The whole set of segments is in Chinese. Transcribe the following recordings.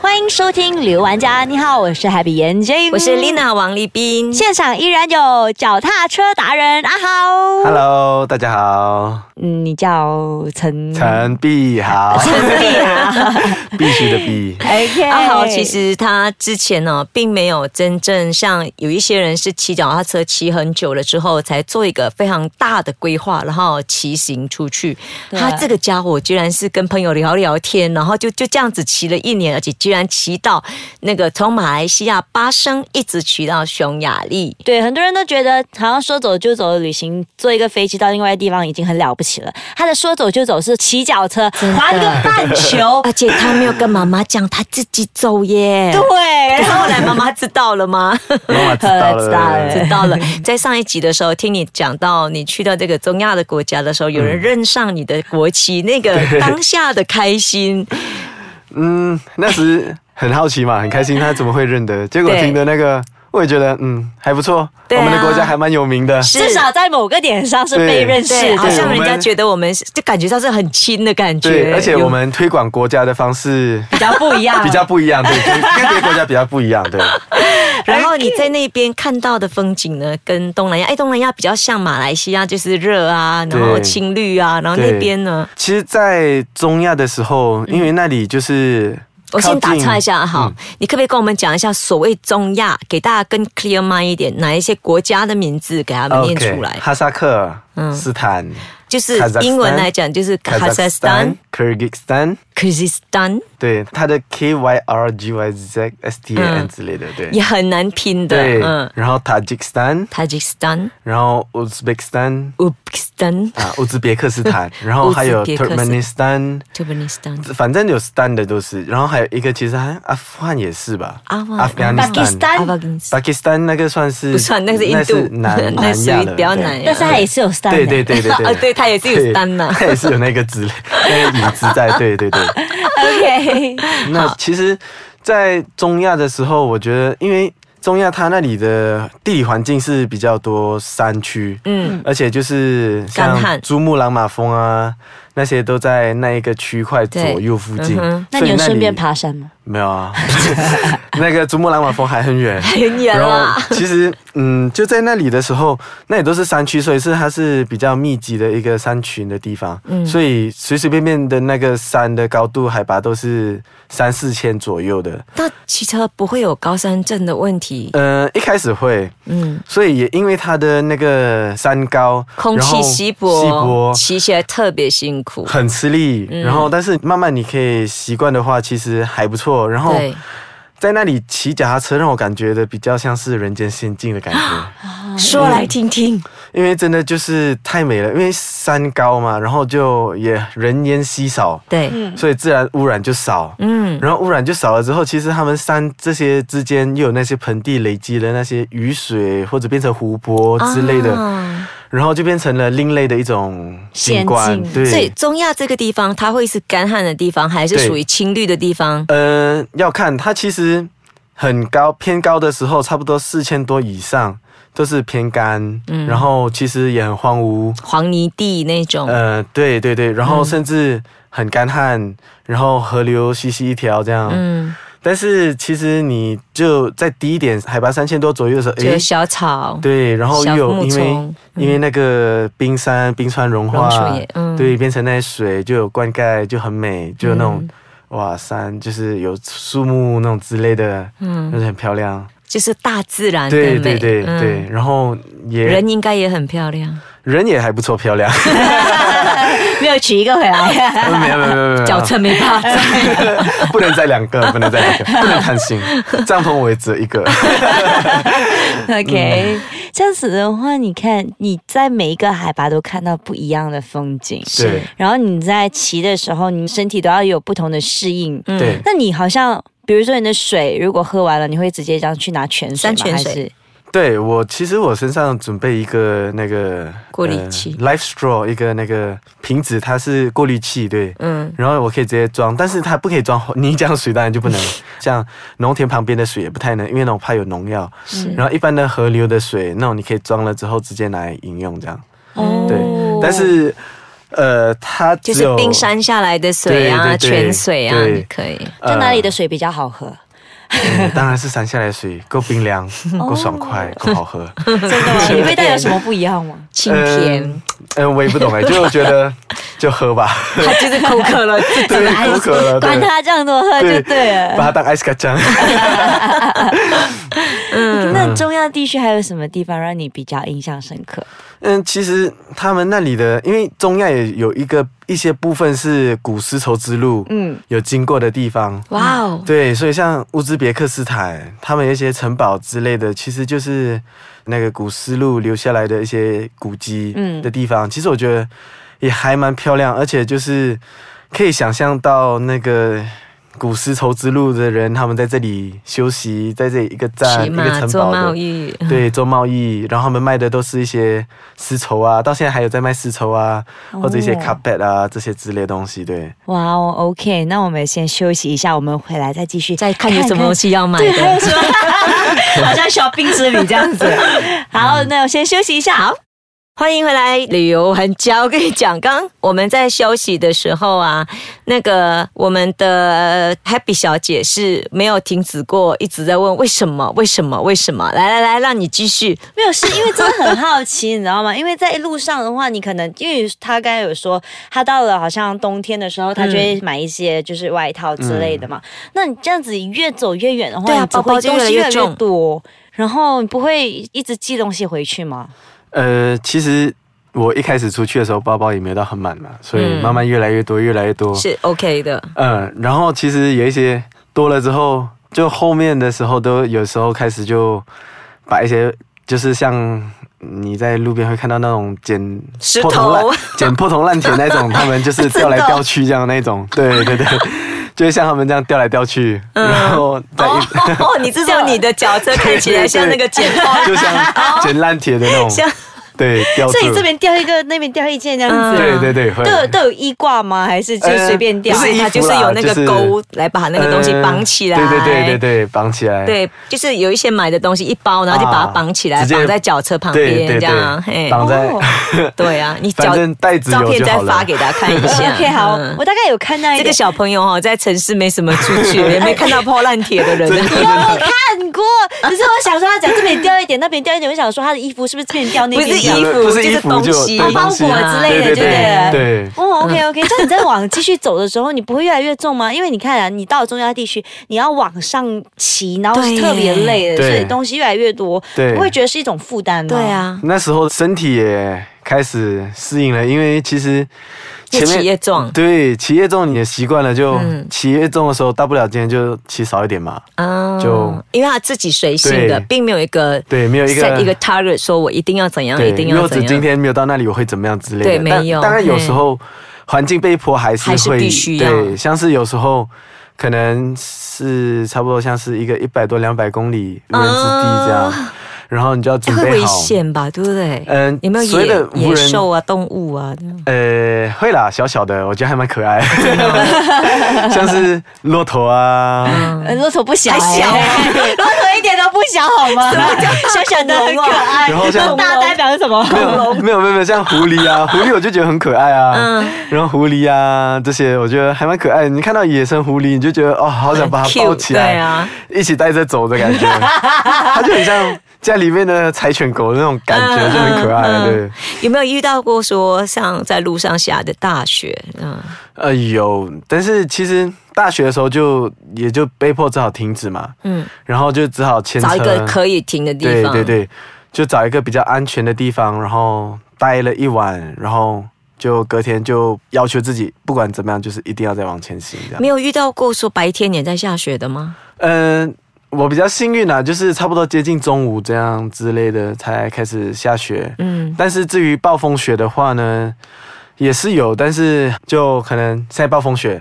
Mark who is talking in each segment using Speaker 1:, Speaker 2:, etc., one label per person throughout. Speaker 1: 欢迎收听《旅游玩家》，你好，我是 Happy 眼睛，
Speaker 2: 我是 Lina 王立斌。
Speaker 1: 现场依然有脚踏车达人阿豪
Speaker 3: Hello，大家好，
Speaker 1: 嗯，你叫陈
Speaker 3: 陈碧豪，
Speaker 2: 嗯
Speaker 1: 碧 啊
Speaker 3: 必须的必。
Speaker 1: ，OK，
Speaker 2: 阿豪啊其实他之前呢、并没有真正像有一些人是骑脚踏车骑很久了之后，才做一个非常大的规划，然后骑行出去。
Speaker 1: 对
Speaker 2: 他这个家伙居然是跟朋友聊聊天，然后就就这样子骑了一年，而且居然骑到那个从马来西亚巴生一直骑到匈牙利。
Speaker 1: 对很多人都觉得好像说走就走的旅行，坐一个飞机到另外一个地方已经很了不起了。他的说走就走是骑脚车滑一个半球
Speaker 2: 而，且他没有跟妈妈讲，他自己走耶。
Speaker 1: 对，然后
Speaker 2: 后来妈妈知道了吗？
Speaker 3: 妈妈知道
Speaker 1: 知道了
Speaker 3: 了，
Speaker 2: 知道了，在上一集的时候，听你讲到你去到这个中亚的国家的时候，有人认上你的国旗，那个当下的开心，
Speaker 3: 嗯，那时很好奇嘛，很开心，他怎么会认得？结果
Speaker 2: 对
Speaker 3: 听的那个，我也觉得嗯还不错，
Speaker 2: 对啊
Speaker 3: 我们的国家还蛮有名的。
Speaker 2: 是
Speaker 1: 至少在某个点上是被
Speaker 3: 对
Speaker 1: 认识
Speaker 2: 对，
Speaker 1: 的，
Speaker 2: 好像人
Speaker 3: 我
Speaker 2: 家
Speaker 3: 们
Speaker 2: 觉得我们是就感觉到是很亲的感觉。
Speaker 3: 对，而且
Speaker 2: 有啊
Speaker 3: 我们推广国家的方式
Speaker 1: 比较不一样，
Speaker 3: 比较不一 样，对，跟跟别的国家比较不一样，对。
Speaker 2: 然后你在那边看到的风景呢，跟东南亚，哎，东南亚比较像马来西亚，就是热啊，然后
Speaker 3: 对
Speaker 2: 青绿啊，然后那
Speaker 3: 对
Speaker 2: 边呢，
Speaker 3: 其实，在中亚的时候，因为那里就是
Speaker 2: 嗯我先打
Speaker 3: 靠近嗯
Speaker 2: 岔一下哈，你可不可以跟我们讲一下所谓中亚，给大家更 clear mind 一点，哪一些国家的名字给他们念出来嗯
Speaker 3: OK，哈萨克、斯坦、
Speaker 2: 就是英文来讲就是 Kazakhstan、
Speaker 3: Kazakhstan、Kyrgyzstan，
Speaker 2: Kyrgyzstan
Speaker 3: 对，它的 K Y R G Y Z S T A N 之类的，对
Speaker 2: 也很难拼的，
Speaker 3: 对
Speaker 2: 嗯，
Speaker 3: 然后 Tajikistan，
Speaker 2: ，Tajikistan、
Speaker 3: 然后 Uzbekistan
Speaker 2: Uzbekistan、
Speaker 3: 啊，乌兹别克斯坦，然后还有
Speaker 2: 乌兹别克斯
Speaker 3: Turkmenistan，
Speaker 2: Turkmenistan。
Speaker 3: 反正有 stan 的都是，然后还有一个其实还阿富汗也是吧，
Speaker 2: 阿富汗
Speaker 3: 阿富汗
Speaker 1: Pakistan
Speaker 2: 阿巴金斯
Speaker 3: Pakistan 那个算是
Speaker 2: 不算那个是印度
Speaker 3: 南
Speaker 2: 那
Speaker 3: 南
Speaker 2: 属于
Speaker 3: 亚的，
Speaker 2: 比较
Speaker 3: 对
Speaker 2: 南亚
Speaker 1: 但是他也是有 s t
Speaker 3: 对对对对 对，
Speaker 2: 啊对它也是有 stan 呐
Speaker 3: 它也是有那个字，那个影子在，对对对。
Speaker 1: OK，
Speaker 3: 那其实，在中亚的时候，我觉得因为。中亚它那里的地理环境是比较多山区，
Speaker 2: 嗯，
Speaker 3: 而且就是
Speaker 2: 干旱
Speaker 3: 像珠穆朗玛峰啊，那些都在那一个区块
Speaker 2: 对
Speaker 3: 左右附近
Speaker 2: 嗯哼。
Speaker 1: 那你有
Speaker 3: 所以
Speaker 1: 顺
Speaker 3: 里
Speaker 1: 便爬山吗？
Speaker 3: 没有啊， 那个珠穆朗玛峰还很远，
Speaker 2: 很远
Speaker 3: 然
Speaker 2: 啦
Speaker 3: 后其实，嗯，就在那里的时候，那里都是山区，所以是它是比较密集的一个山群的地方，
Speaker 2: 嗯
Speaker 3: 所以随随便便的那个山的高度、海拔都是三四千左右的。
Speaker 2: 那骑车不会有高山症的问题，
Speaker 3: 呃，一开始会，
Speaker 2: 嗯，
Speaker 3: 所以也因为它的那个山高，
Speaker 2: 空
Speaker 3: 然后
Speaker 2: 气稀薄，嗯
Speaker 3: 稀薄，
Speaker 2: 骑起来特别辛苦。
Speaker 3: 很吃力。然后，但是慢慢你可以习惯的话，其实还不错。然后。
Speaker 2: 对，
Speaker 3: 在那里骑脚踏车，让我感觉的比较像是人间仙境的感 觉，
Speaker 2: 说来听听。
Speaker 3: 因为真的就是太美了。因为山高嘛，然后就也人烟稀少，
Speaker 2: 对，
Speaker 3: 所以自然污染就少。
Speaker 2: 嗯，
Speaker 3: 然后污染就少了之后，其实他们山这些之间又有那些盆地累积的那些雨水，或者变成湖泊之类的，
Speaker 2: 嗯啊
Speaker 3: 然后就变成了另类的一种景观
Speaker 1: 仙。境
Speaker 2: 所以
Speaker 3: 对，
Speaker 2: 中亚这个地方，它会是干旱的地方，还是
Speaker 3: 对
Speaker 2: 属于青绿的地方？
Speaker 3: 呃，要看它其实很高偏高的时候，差不多四千多以上都是偏干，然后其实也很荒芜，
Speaker 2: 黄泥地那种。
Speaker 3: 呃，对对对，然后甚至很干旱，然后河流熙熙一条这样。
Speaker 2: 嗯，
Speaker 3: 但是其实你就在低一点，海拔三千多左右的时候，
Speaker 2: 就有
Speaker 3: 诶，
Speaker 2: 小草。
Speaker 3: 对，然后又
Speaker 2: 小木嗯
Speaker 3: 有因为、
Speaker 2: 丛
Speaker 3: 因为那个冰山冰川融化，
Speaker 2: 融水嗯
Speaker 3: 对，变成那些水就有灌溉，就很美，就有那种、
Speaker 2: 嗯
Speaker 3: 哇山，就是有树木那种之类的，嗯，就是很漂亮。
Speaker 2: 就是大自然的
Speaker 3: 对
Speaker 2: 美，
Speaker 3: 对对
Speaker 2: 嗯
Speaker 3: 对，然后也
Speaker 2: 人应该也很漂亮，
Speaker 3: 人也还不错，漂亮。
Speaker 1: 没有取一个回来。
Speaker 3: 没有没有没有没有没有，
Speaker 2: 脚车没办
Speaker 3: 嗯
Speaker 2: 法。
Speaker 3: 不能再两个，不能再两个，不能贪心。帐篷我也只有 一个。
Speaker 1: OK，这嗯样子的话，你看你在每一个海拔都看到不一样的风景，
Speaker 3: 对
Speaker 1: 然后你在骑的时候，你身体都要有不同的适应。嗯，
Speaker 3: 对，
Speaker 1: 那你好像。比如说你的水如果喝完了，你会直接这样去拿泉水
Speaker 2: 山
Speaker 1: 吗？
Speaker 2: 泉水
Speaker 1: 还是
Speaker 3: 对我其实我身上准备一个那个
Speaker 2: 过滤器
Speaker 3: l i f e straw 一个那个瓶子，它是过滤器，对，
Speaker 2: 嗯，
Speaker 3: 然后我可以直接装，但是它不可以装泥浆水，当然就 不能，像农田旁边的水也不太能，因为那种怕有农药。然后一般的河流的水，那种你可以装了之后直接拿来饮用这样。
Speaker 1: 哦
Speaker 3: 对，但是呃，它只
Speaker 2: 就
Speaker 3: 有
Speaker 2: 是冰山下来的水啊，
Speaker 3: 对对对
Speaker 2: 泉水啊，
Speaker 3: 对呃
Speaker 2: 你可以。
Speaker 1: 就哪里的水比较好喝？
Speaker 3: 嗯当然是山下来的水，够冰凉，
Speaker 2: 哦
Speaker 3: 够爽快，够 好喝。
Speaker 1: 真的吗？
Speaker 2: 甜
Speaker 1: 你味道有什么不一样吗？
Speaker 2: 清甜，
Speaker 3: 嗯、呃我也不懂哎，就觉得就喝吧，
Speaker 2: 他就是口渴 了， 自己
Speaker 3: 对，口渴了，
Speaker 1: 管
Speaker 3: 对
Speaker 1: 他这样多喝就对了。
Speaker 3: 把它当 ice 卡酱。
Speaker 2: 嗯
Speaker 3: 嗯
Speaker 1: 那中亚地区还有什么地方让你比较印象深刻？
Speaker 3: 嗯，其实他们那里的，因为中亚也有一个一些部分是古丝绸之路，
Speaker 1: 嗯
Speaker 3: 嗯，有经过的地方。
Speaker 2: 哇哦，
Speaker 3: 对，所以像乌兹别克斯坦，他们有一些城堡之类的，其实就是那个古丝路留下来的一些古迹
Speaker 1: 嗯
Speaker 3: 的地方。其实我觉得也还蛮漂亮，而且就是可以想象到那个古丝绸之路的人，他们在这里休息，在这里一个站
Speaker 2: 骑
Speaker 3: 一个
Speaker 2: 马
Speaker 3: 城
Speaker 2: 做
Speaker 3: 堡
Speaker 2: 贸
Speaker 3: 的。
Speaker 2: 易，
Speaker 3: 对，做贸易，然后他们卖的都是一些丝绸啊，到现在还有在卖丝绸啊，或者一些
Speaker 1: 哦
Speaker 3: carpet 啊这些之类的东西。对，
Speaker 1: 哇哦，OK，那我们先休息一下，我们回来再继续
Speaker 2: 再看有什么东西要买
Speaker 1: 对，还
Speaker 2: 的。
Speaker 1: 有什么？ 好像小冰之旅这样子。好，那我先休息一下。好，
Speaker 2: 欢迎回来，旅游玩家。我跟你讲，刚刚我们在休息的时候啊，那个我们的呃 Happy 小姐是没有停止过，一直在问为什么，为什么，为什么。来来来，让你继续。
Speaker 1: 没有，是因为真的很好奇， 你知道吗？因为在路上的话，你可能因为他刚才有说，他到了好像冬天的时候，他就会买一些就是外套之类的嘛。那你这样子越走越远的话，
Speaker 2: 对啊
Speaker 1: 你只会
Speaker 2: 包包就
Speaker 1: 东西
Speaker 2: 越
Speaker 1: 越
Speaker 2: 来
Speaker 1: 来
Speaker 2: 越
Speaker 1: 越
Speaker 2: 重
Speaker 1: 多，然后你不会一直寄东西回去吗？
Speaker 3: 呃，其实我一开始出去的时候，包包也没有到很满嘛，所以
Speaker 2: 嗯
Speaker 3: 慢慢越来越多，越来越多。
Speaker 2: 是 OK 的，
Speaker 3: 嗯，然后其实有一些多了之后，就后面的时候都有时候开始就把一些就是像你在路边会看到那种捡
Speaker 2: 石
Speaker 3: 破铜烂
Speaker 2: 头
Speaker 3: 捡破铜烂铁那种，他们 就是掉来掉去这样那种，对对对，就会像他们这样掉来掉去，然后再
Speaker 2: 哦
Speaker 3: 一。
Speaker 2: 哦，你是说你的脚车看起来像那个剪刀
Speaker 3: 就像捡烂铁的那 种
Speaker 2: 像，
Speaker 3: 对，掉
Speaker 1: 所以
Speaker 3: 住
Speaker 1: 这边掉一个，那边掉一件这样子。
Speaker 3: 对对
Speaker 2: 嗯
Speaker 3: 对，会
Speaker 1: 嗯都有都有衣挂吗？还是就
Speaker 3: 呃
Speaker 1: 随便掉？
Speaker 3: 不是衣服
Speaker 2: 它
Speaker 3: 啦
Speaker 2: 就是有那个钩来把那个东西绑起来
Speaker 3: 呃对对对对对，绑起来。
Speaker 2: 对，就是有一些买的东西一包，然后就把它绑起来，
Speaker 3: 啊直接
Speaker 2: 绑在脚车旁
Speaker 3: 对
Speaker 2: 边
Speaker 3: 对
Speaker 2: 这样。
Speaker 3: 对，
Speaker 2: 嘿，
Speaker 3: 绑在
Speaker 1: 哦
Speaker 2: 对 啊，你
Speaker 3: 反
Speaker 2: 脚
Speaker 3: 正袋子有
Speaker 2: 照片
Speaker 3: 就
Speaker 2: 再
Speaker 3: 好了
Speaker 2: 发给大家看一 下。
Speaker 1: OK，好，
Speaker 2: 嗯
Speaker 1: 我大概有看到一
Speaker 2: 这
Speaker 1: 个
Speaker 2: 个小朋友哈、哦，在城市没什么出 去，也没看到破烂铁的人。
Speaker 3: 真
Speaker 1: 你有没有哦看过？只是我想说，他讲这边掉一点，那边掉一点，我想说他的衣服是不是这边掉那
Speaker 2: 不
Speaker 1: 边
Speaker 2: 是
Speaker 1: 掉
Speaker 2: 衣？服，
Speaker 3: 不是衣服
Speaker 2: 就是东西，
Speaker 3: 就对
Speaker 1: 包
Speaker 3: 东西
Speaker 1: 裹之类的，
Speaker 3: 对对
Speaker 1: 就了。
Speaker 3: 对
Speaker 2: 嗯
Speaker 1: 哦、o k OK，这样你在往继续走的时候，你不会越来越重吗？因为你看啊，你到了中央地区，你要往上骑，然后是
Speaker 2: 对
Speaker 1: 特别累的，
Speaker 3: 对
Speaker 1: 所以东西越来越多，
Speaker 3: 对
Speaker 1: 不会觉得是一种负担吗？
Speaker 2: 对，啊，
Speaker 3: 那时候身体也开始适应了，因为其实
Speaker 2: 越
Speaker 3: 前面
Speaker 2: 骑越壮
Speaker 3: 对，骑越重你也习惯了，就
Speaker 2: 嗯
Speaker 3: 骑越重的时候，大不了今天就骑少一点嘛。
Speaker 2: 啊
Speaker 3: 就
Speaker 2: 因为他自己随性的，
Speaker 3: 对
Speaker 2: 并没有一个
Speaker 3: 对，没有一个
Speaker 2: set 一个 target，说我一定要怎样，啊
Speaker 3: 对，
Speaker 2: 一定
Speaker 3: 如
Speaker 2: 要
Speaker 3: 果只
Speaker 2: 怎
Speaker 3: 今
Speaker 2: 样。
Speaker 3: 天没有到那里，我会怎么样之类的？
Speaker 2: 对没
Speaker 3: 但
Speaker 2: 有
Speaker 3: 当然有时候环境被迫还是
Speaker 2: 还是
Speaker 3: 会
Speaker 2: 必须要
Speaker 3: 对，像是有时候可能是差不多像是一个一百多两百公里无人之地这样，
Speaker 2: 啊
Speaker 3: 然后你就要
Speaker 2: 这
Speaker 3: 准
Speaker 2: 会
Speaker 3: 备
Speaker 2: 危
Speaker 3: 好。
Speaker 2: 险吧，对不对？
Speaker 3: 嗯
Speaker 2: 有没有
Speaker 3: 所谓
Speaker 2: 野
Speaker 3: 的无
Speaker 2: 野
Speaker 3: 人
Speaker 2: 兽啊、动物啊？ 这样
Speaker 3: 呃，会啦，小小的，我觉得还蛮可爱， 像是骆驼啊，
Speaker 2: 嗯
Speaker 1: 呃骆驼不小、
Speaker 2: 还小
Speaker 1: 欸，骆驼一点都不小，好吗？ 小小的很可 爱，
Speaker 3: 然后像
Speaker 1: 那 大代表是什么？
Speaker 3: 没有没有没有没有，像狐 狸啊，狐狸我就觉得很可爱啊。
Speaker 2: 嗯
Speaker 3: 然后狐狸啊这些，我觉得还蛮可爱。你看到野生狐狸，你就觉得哦，好想把它抱起来，
Speaker 2: 对啊，
Speaker 3: 一起带着走的感 觉。它就很像家里面的柴犬狗的那种感
Speaker 2: 嗯
Speaker 3: 觉，就很可爱。对，
Speaker 2: 有没有遇到过说像在路上下的大雪？嗯，
Speaker 3: 呃有，但是其实大学的时候就也就被迫只好停止嘛。
Speaker 2: 嗯
Speaker 3: 嗯，然后就只好牵车，
Speaker 2: 找一个可以停的地
Speaker 3: 对
Speaker 2: 方。
Speaker 3: 对对，就找一个比较安全的地方，然后待了一晚，然后就隔天就要求自己，不管怎么样，就是一定要再往前行。这样
Speaker 2: 没，有遇到过说白天也在下雪的吗？
Speaker 3: 嗯、我比较幸运啊，就是差不多接近中午这样之类的才开始下雪。
Speaker 2: 嗯，
Speaker 3: 但是至于暴风雪的话呢，也是有，但是就可能现在暴风雪，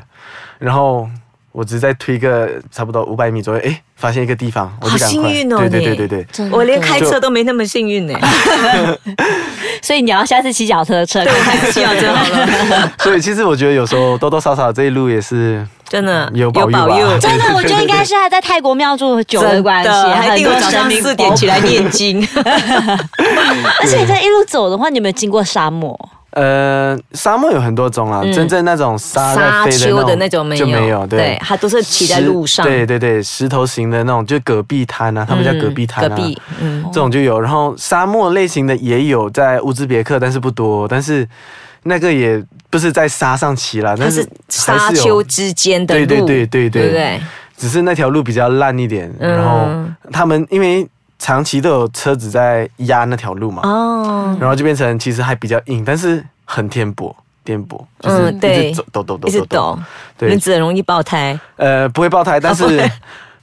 Speaker 3: 然后我只是在推个差不多五百米左右，哎，发现一个地方，我
Speaker 2: 好
Speaker 3: 就赶
Speaker 2: 幸
Speaker 3: 快，
Speaker 2: 运哦，
Speaker 3: 对
Speaker 2: 你
Speaker 3: 对对对对，
Speaker 1: 真的
Speaker 2: 我连开车都没那么幸运呢、
Speaker 1: 所以你要下次骑脚踏 车，
Speaker 2: 对，我还是骑脚车好了，
Speaker 3: 所以其实我觉得有时候多多少少这一路也是
Speaker 2: 真的
Speaker 3: 有保佑吧
Speaker 2: 佑，
Speaker 1: 真的，我觉得应该是他在泰国庙住久的关系，
Speaker 2: 真的还
Speaker 1: 很
Speaker 2: 一定
Speaker 1: 多
Speaker 2: 我早上
Speaker 1: 神明哦
Speaker 2: 四点起来念 经。
Speaker 1: 而且你在一路走的话，你有没有经过沙漠？
Speaker 3: 呃，沙漠有很多种啊，真正那种沙
Speaker 2: 嗯
Speaker 3: 在
Speaker 2: 沙
Speaker 3: 飞
Speaker 2: 丘的那种没
Speaker 3: 没
Speaker 2: 有，
Speaker 3: 就有，对。
Speaker 2: 它都是骑在路上，
Speaker 3: 石对对对，石头型的那种，就戈壁滩啊，他们叫戈壁滩啊，
Speaker 2: 戈壁，嗯，
Speaker 3: 这种就有。然后沙漠类型的也有，在乌兹别克，但是不多，但是那个也不是在沙上骑啦，
Speaker 2: 它
Speaker 3: 但
Speaker 2: 是
Speaker 3: 是
Speaker 2: 沙
Speaker 3: 还是有
Speaker 2: 丘之间的
Speaker 3: 对
Speaker 2: 路，
Speaker 3: 对
Speaker 2: 对
Speaker 3: 对对对
Speaker 2: 不对？
Speaker 3: 只是那条路比较烂一点，
Speaker 2: 嗯
Speaker 3: 然后他们因为长期都有车子在压那条路嘛，
Speaker 2: 哦，
Speaker 3: 然后就变成其实还比较硬，但是很颠簸，颠簸就是
Speaker 2: 嗯对
Speaker 3: 一直走抖抖抖
Speaker 2: 一直
Speaker 3: 抖
Speaker 2: 抖
Speaker 3: 抖，，
Speaker 2: 轮
Speaker 3: 对，
Speaker 2: 子很容易爆胎，
Speaker 3: 呃，不会爆胎，但
Speaker 2: 哦不
Speaker 3: 是
Speaker 2: 会哦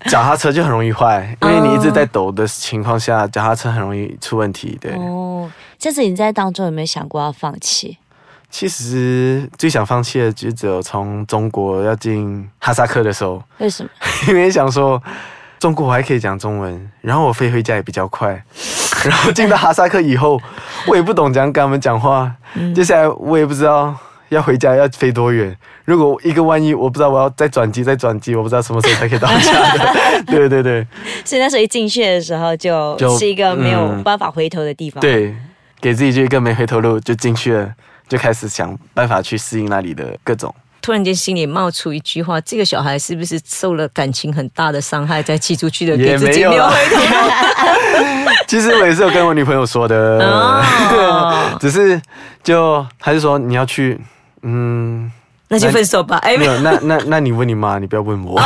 Speaker 3: 脚踏车就很容易坏，因为你一直在抖的情况下，脚踏车很容易出问题。对，
Speaker 1: 哦，这次你在当中有没有想过要放弃？
Speaker 3: 其实最想放弃的就只有从中国要进哈萨克的时候，
Speaker 1: 为什么？
Speaker 3: 因为想说中国我还可以讲中文，然后我飞回家也比较快， 然后进到哈萨克以后，我也不懂怎样跟他们讲话，接下来我也不知道。要回家要飞多远？如果一个万一，我不知道我要再转机再转机，我不知道什么时候才可以到家的。对对对
Speaker 1: 所以那时候一进去的时候，就
Speaker 3: 就是
Speaker 1: 一个没有
Speaker 3: 嗯
Speaker 1: 办法回头的地方。，
Speaker 3: 对，给自己就一个没回头路，就进去了，就开始想办法去适应那里的各种。
Speaker 2: 突然间心里冒出一句话：这个小孩是不是受了感情很大的伤害，才骑出去的，给
Speaker 3: 也
Speaker 2: 自
Speaker 3: 没
Speaker 2: 己
Speaker 3: 有
Speaker 2: 留
Speaker 3: 啊
Speaker 2: 回 头路？
Speaker 3: 其实我也是有跟我女朋友说的，
Speaker 2: 哦
Speaker 3: 只是就她就说你要去，嗯，
Speaker 2: 那就分手吧。哎，
Speaker 3: 没
Speaker 2: 没有哦
Speaker 3: 有，那那那你问你妈，你不要问我，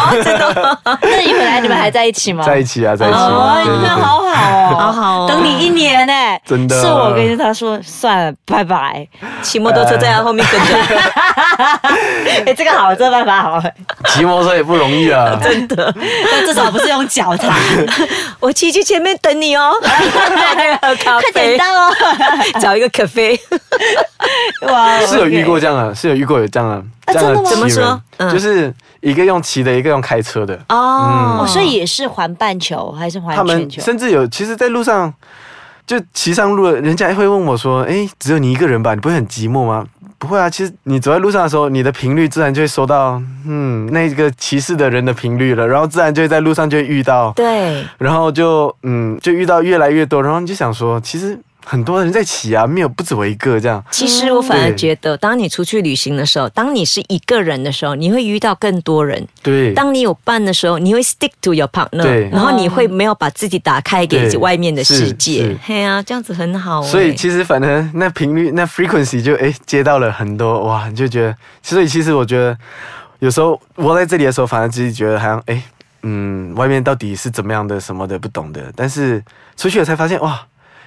Speaker 1: 那你本来你们还在一起吗？
Speaker 3: 在一起啊，在一起，
Speaker 1: 哦，
Speaker 3: 对
Speaker 1: 你
Speaker 3: 对
Speaker 1: 们
Speaker 3: 对，
Speaker 1: 好好哦，
Speaker 2: 哎好好哦
Speaker 1: 等你一年呢。
Speaker 3: 真的
Speaker 1: 是我跟他说算了，拜 拜。
Speaker 2: 骑摩托车在他后面跟着，
Speaker 1: 哎，这个好，这个办法好，
Speaker 3: 骑摩托车也不容易啊，
Speaker 1: 但至少不是用脚踏，
Speaker 2: 我骑去前面等你哦。 快
Speaker 1: 快点到哦。
Speaker 2: 找一个咖啡。
Speaker 1: 哇，
Speaker 3: 是有遇过这样的，是有遇过有这样的，这
Speaker 1: 真
Speaker 3: 样
Speaker 1: 的吗
Speaker 3: 骑人
Speaker 2: 怎么说嗯
Speaker 3: 就是一个用骑的，一个用开车的，嗯
Speaker 2: 哦
Speaker 1: 哦，所以也是环半球还是环
Speaker 3: 他
Speaker 1: 全
Speaker 3: 们
Speaker 1: 球？
Speaker 3: 甚至有，其实，在路上就骑上路了，人家会问我说：“哎，只有你一个人吧？你不会很寂寞吗？”不会啊，其实你走在路上的时候，你的频率自然就会收到，嗯，那个歧视的人的频率了，然后自然就会在路上就会遇到，
Speaker 2: 对，
Speaker 3: 然后就嗯，就遇到越来越多，然后你就想说，其实很多人在骑啊，没有不止我一个这样，
Speaker 2: 其实我反而
Speaker 3: 对
Speaker 2: 觉得，当你出去旅行的时候，当你是一个人的时候，你会遇到更多人；
Speaker 3: 对，
Speaker 2: 当你有伴的时候，你会 stick to your partner，
Speaker 3: 对
Speaker 2: 然后你会没有把自己打开给
Speaker 3: 对
Speaker 2: 外面的世
Speaker 3: 是
Speaker 2: 界
Speaker 3: 是。
Speaker 2: 嘿啊，这样子很好欸。
Speaker 3: 所以其实反正那频率那 frequency 就哎接到了很多哇，你就觉得，所以其实我觉得有时候窝在这里的时候，反而自己觉得好像哎，嗯，外面到底是怎么样的什么的不懂的，但是出去了才发现哇。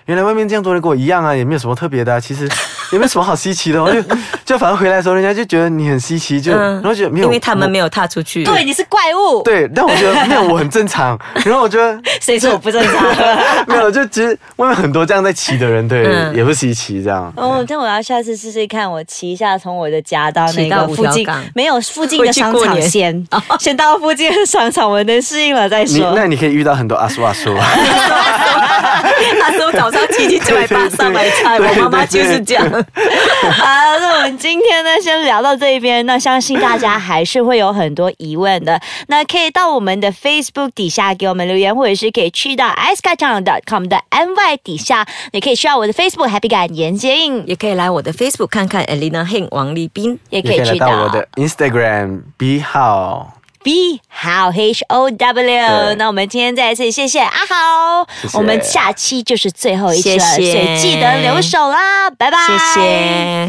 Speaker 3: 原来外面这样多人跟我一样啊，也没有什么特别的、啊，其 实也没有什么好稀奇的、哦，就就反正回来的时候，人家就觉得你很稀奇，就、然后觉得没有，
Speaker 2: 嗯因为他们没
Speaker 3: 有
Speaker 2: 有踏出去。
Speaker 1: 对，你是怪物，
Speaker 3: 对，但我觉得没有，我很正常， 然后我觉得
Speaker 1: 谁说我不正常？
Speaker 3: 没有，就其实外面很多这样在骑的人，对，
Speaker 2: 嗯
Speaker 3: 也不稀奇这样。
Speaker 1: 哦，但我要下次试试看，我骑一下从我的家到
Speaker 2: 骑
Speaker 1: 那
Speaker 2: 到
Speaker 1: 个
Speaker 2: 五
Speaker 1: 附
Speaker 2: 条
Speaker 1: 近
Speaker 2: 港，
Speaker 1: 没有附近的
Speaker 2: 回去
Speaker 1: 商
Speaker 2: 过
Speaker 1: 场
Speaker 2: 年
Speaker 1: 先，先到附近的商场，我能适应了再
Speaker 3: 你
Speaker 1: 说。
Speaker 3: 那你可以遇到很多阿叔 阿叔，
Speaker 2: 他说早上七七九百八三百菜，我妈妈就是这样。
Speaker 1: 好，那我们今天呢，先聊到这边。那相信大家还是会有很多疑问的，那可以到我们的 Facebook 底下给我们留言，或者是可以去到 i c e k a c h a n g c o m 的 my 底下，你可以需要我的 Facebook Happy 感言接应，
Speaker 2: 也可以来我的 Facebook 看看 Elena Heng 王立斌。
Speaker 1: 也可
Speaker 3: 也
Speaker 1: 以
Speaker 3: 可以来
Speaker 1: 去
Speaker 3: 到我的 Instagram B 号，
Speaker 1: B 好 H O W。
Speaker 3: 对
Speaker 1: 那我们今天再一次谢谢阿豪，
Speaker 3: 谢谢
Speaker 1: 我们下期就是最后一期了，
Speaker 2: 谢谢
Speaker 1: 所以记得留守啦，拜拜，
Speaker 2: 谢谢。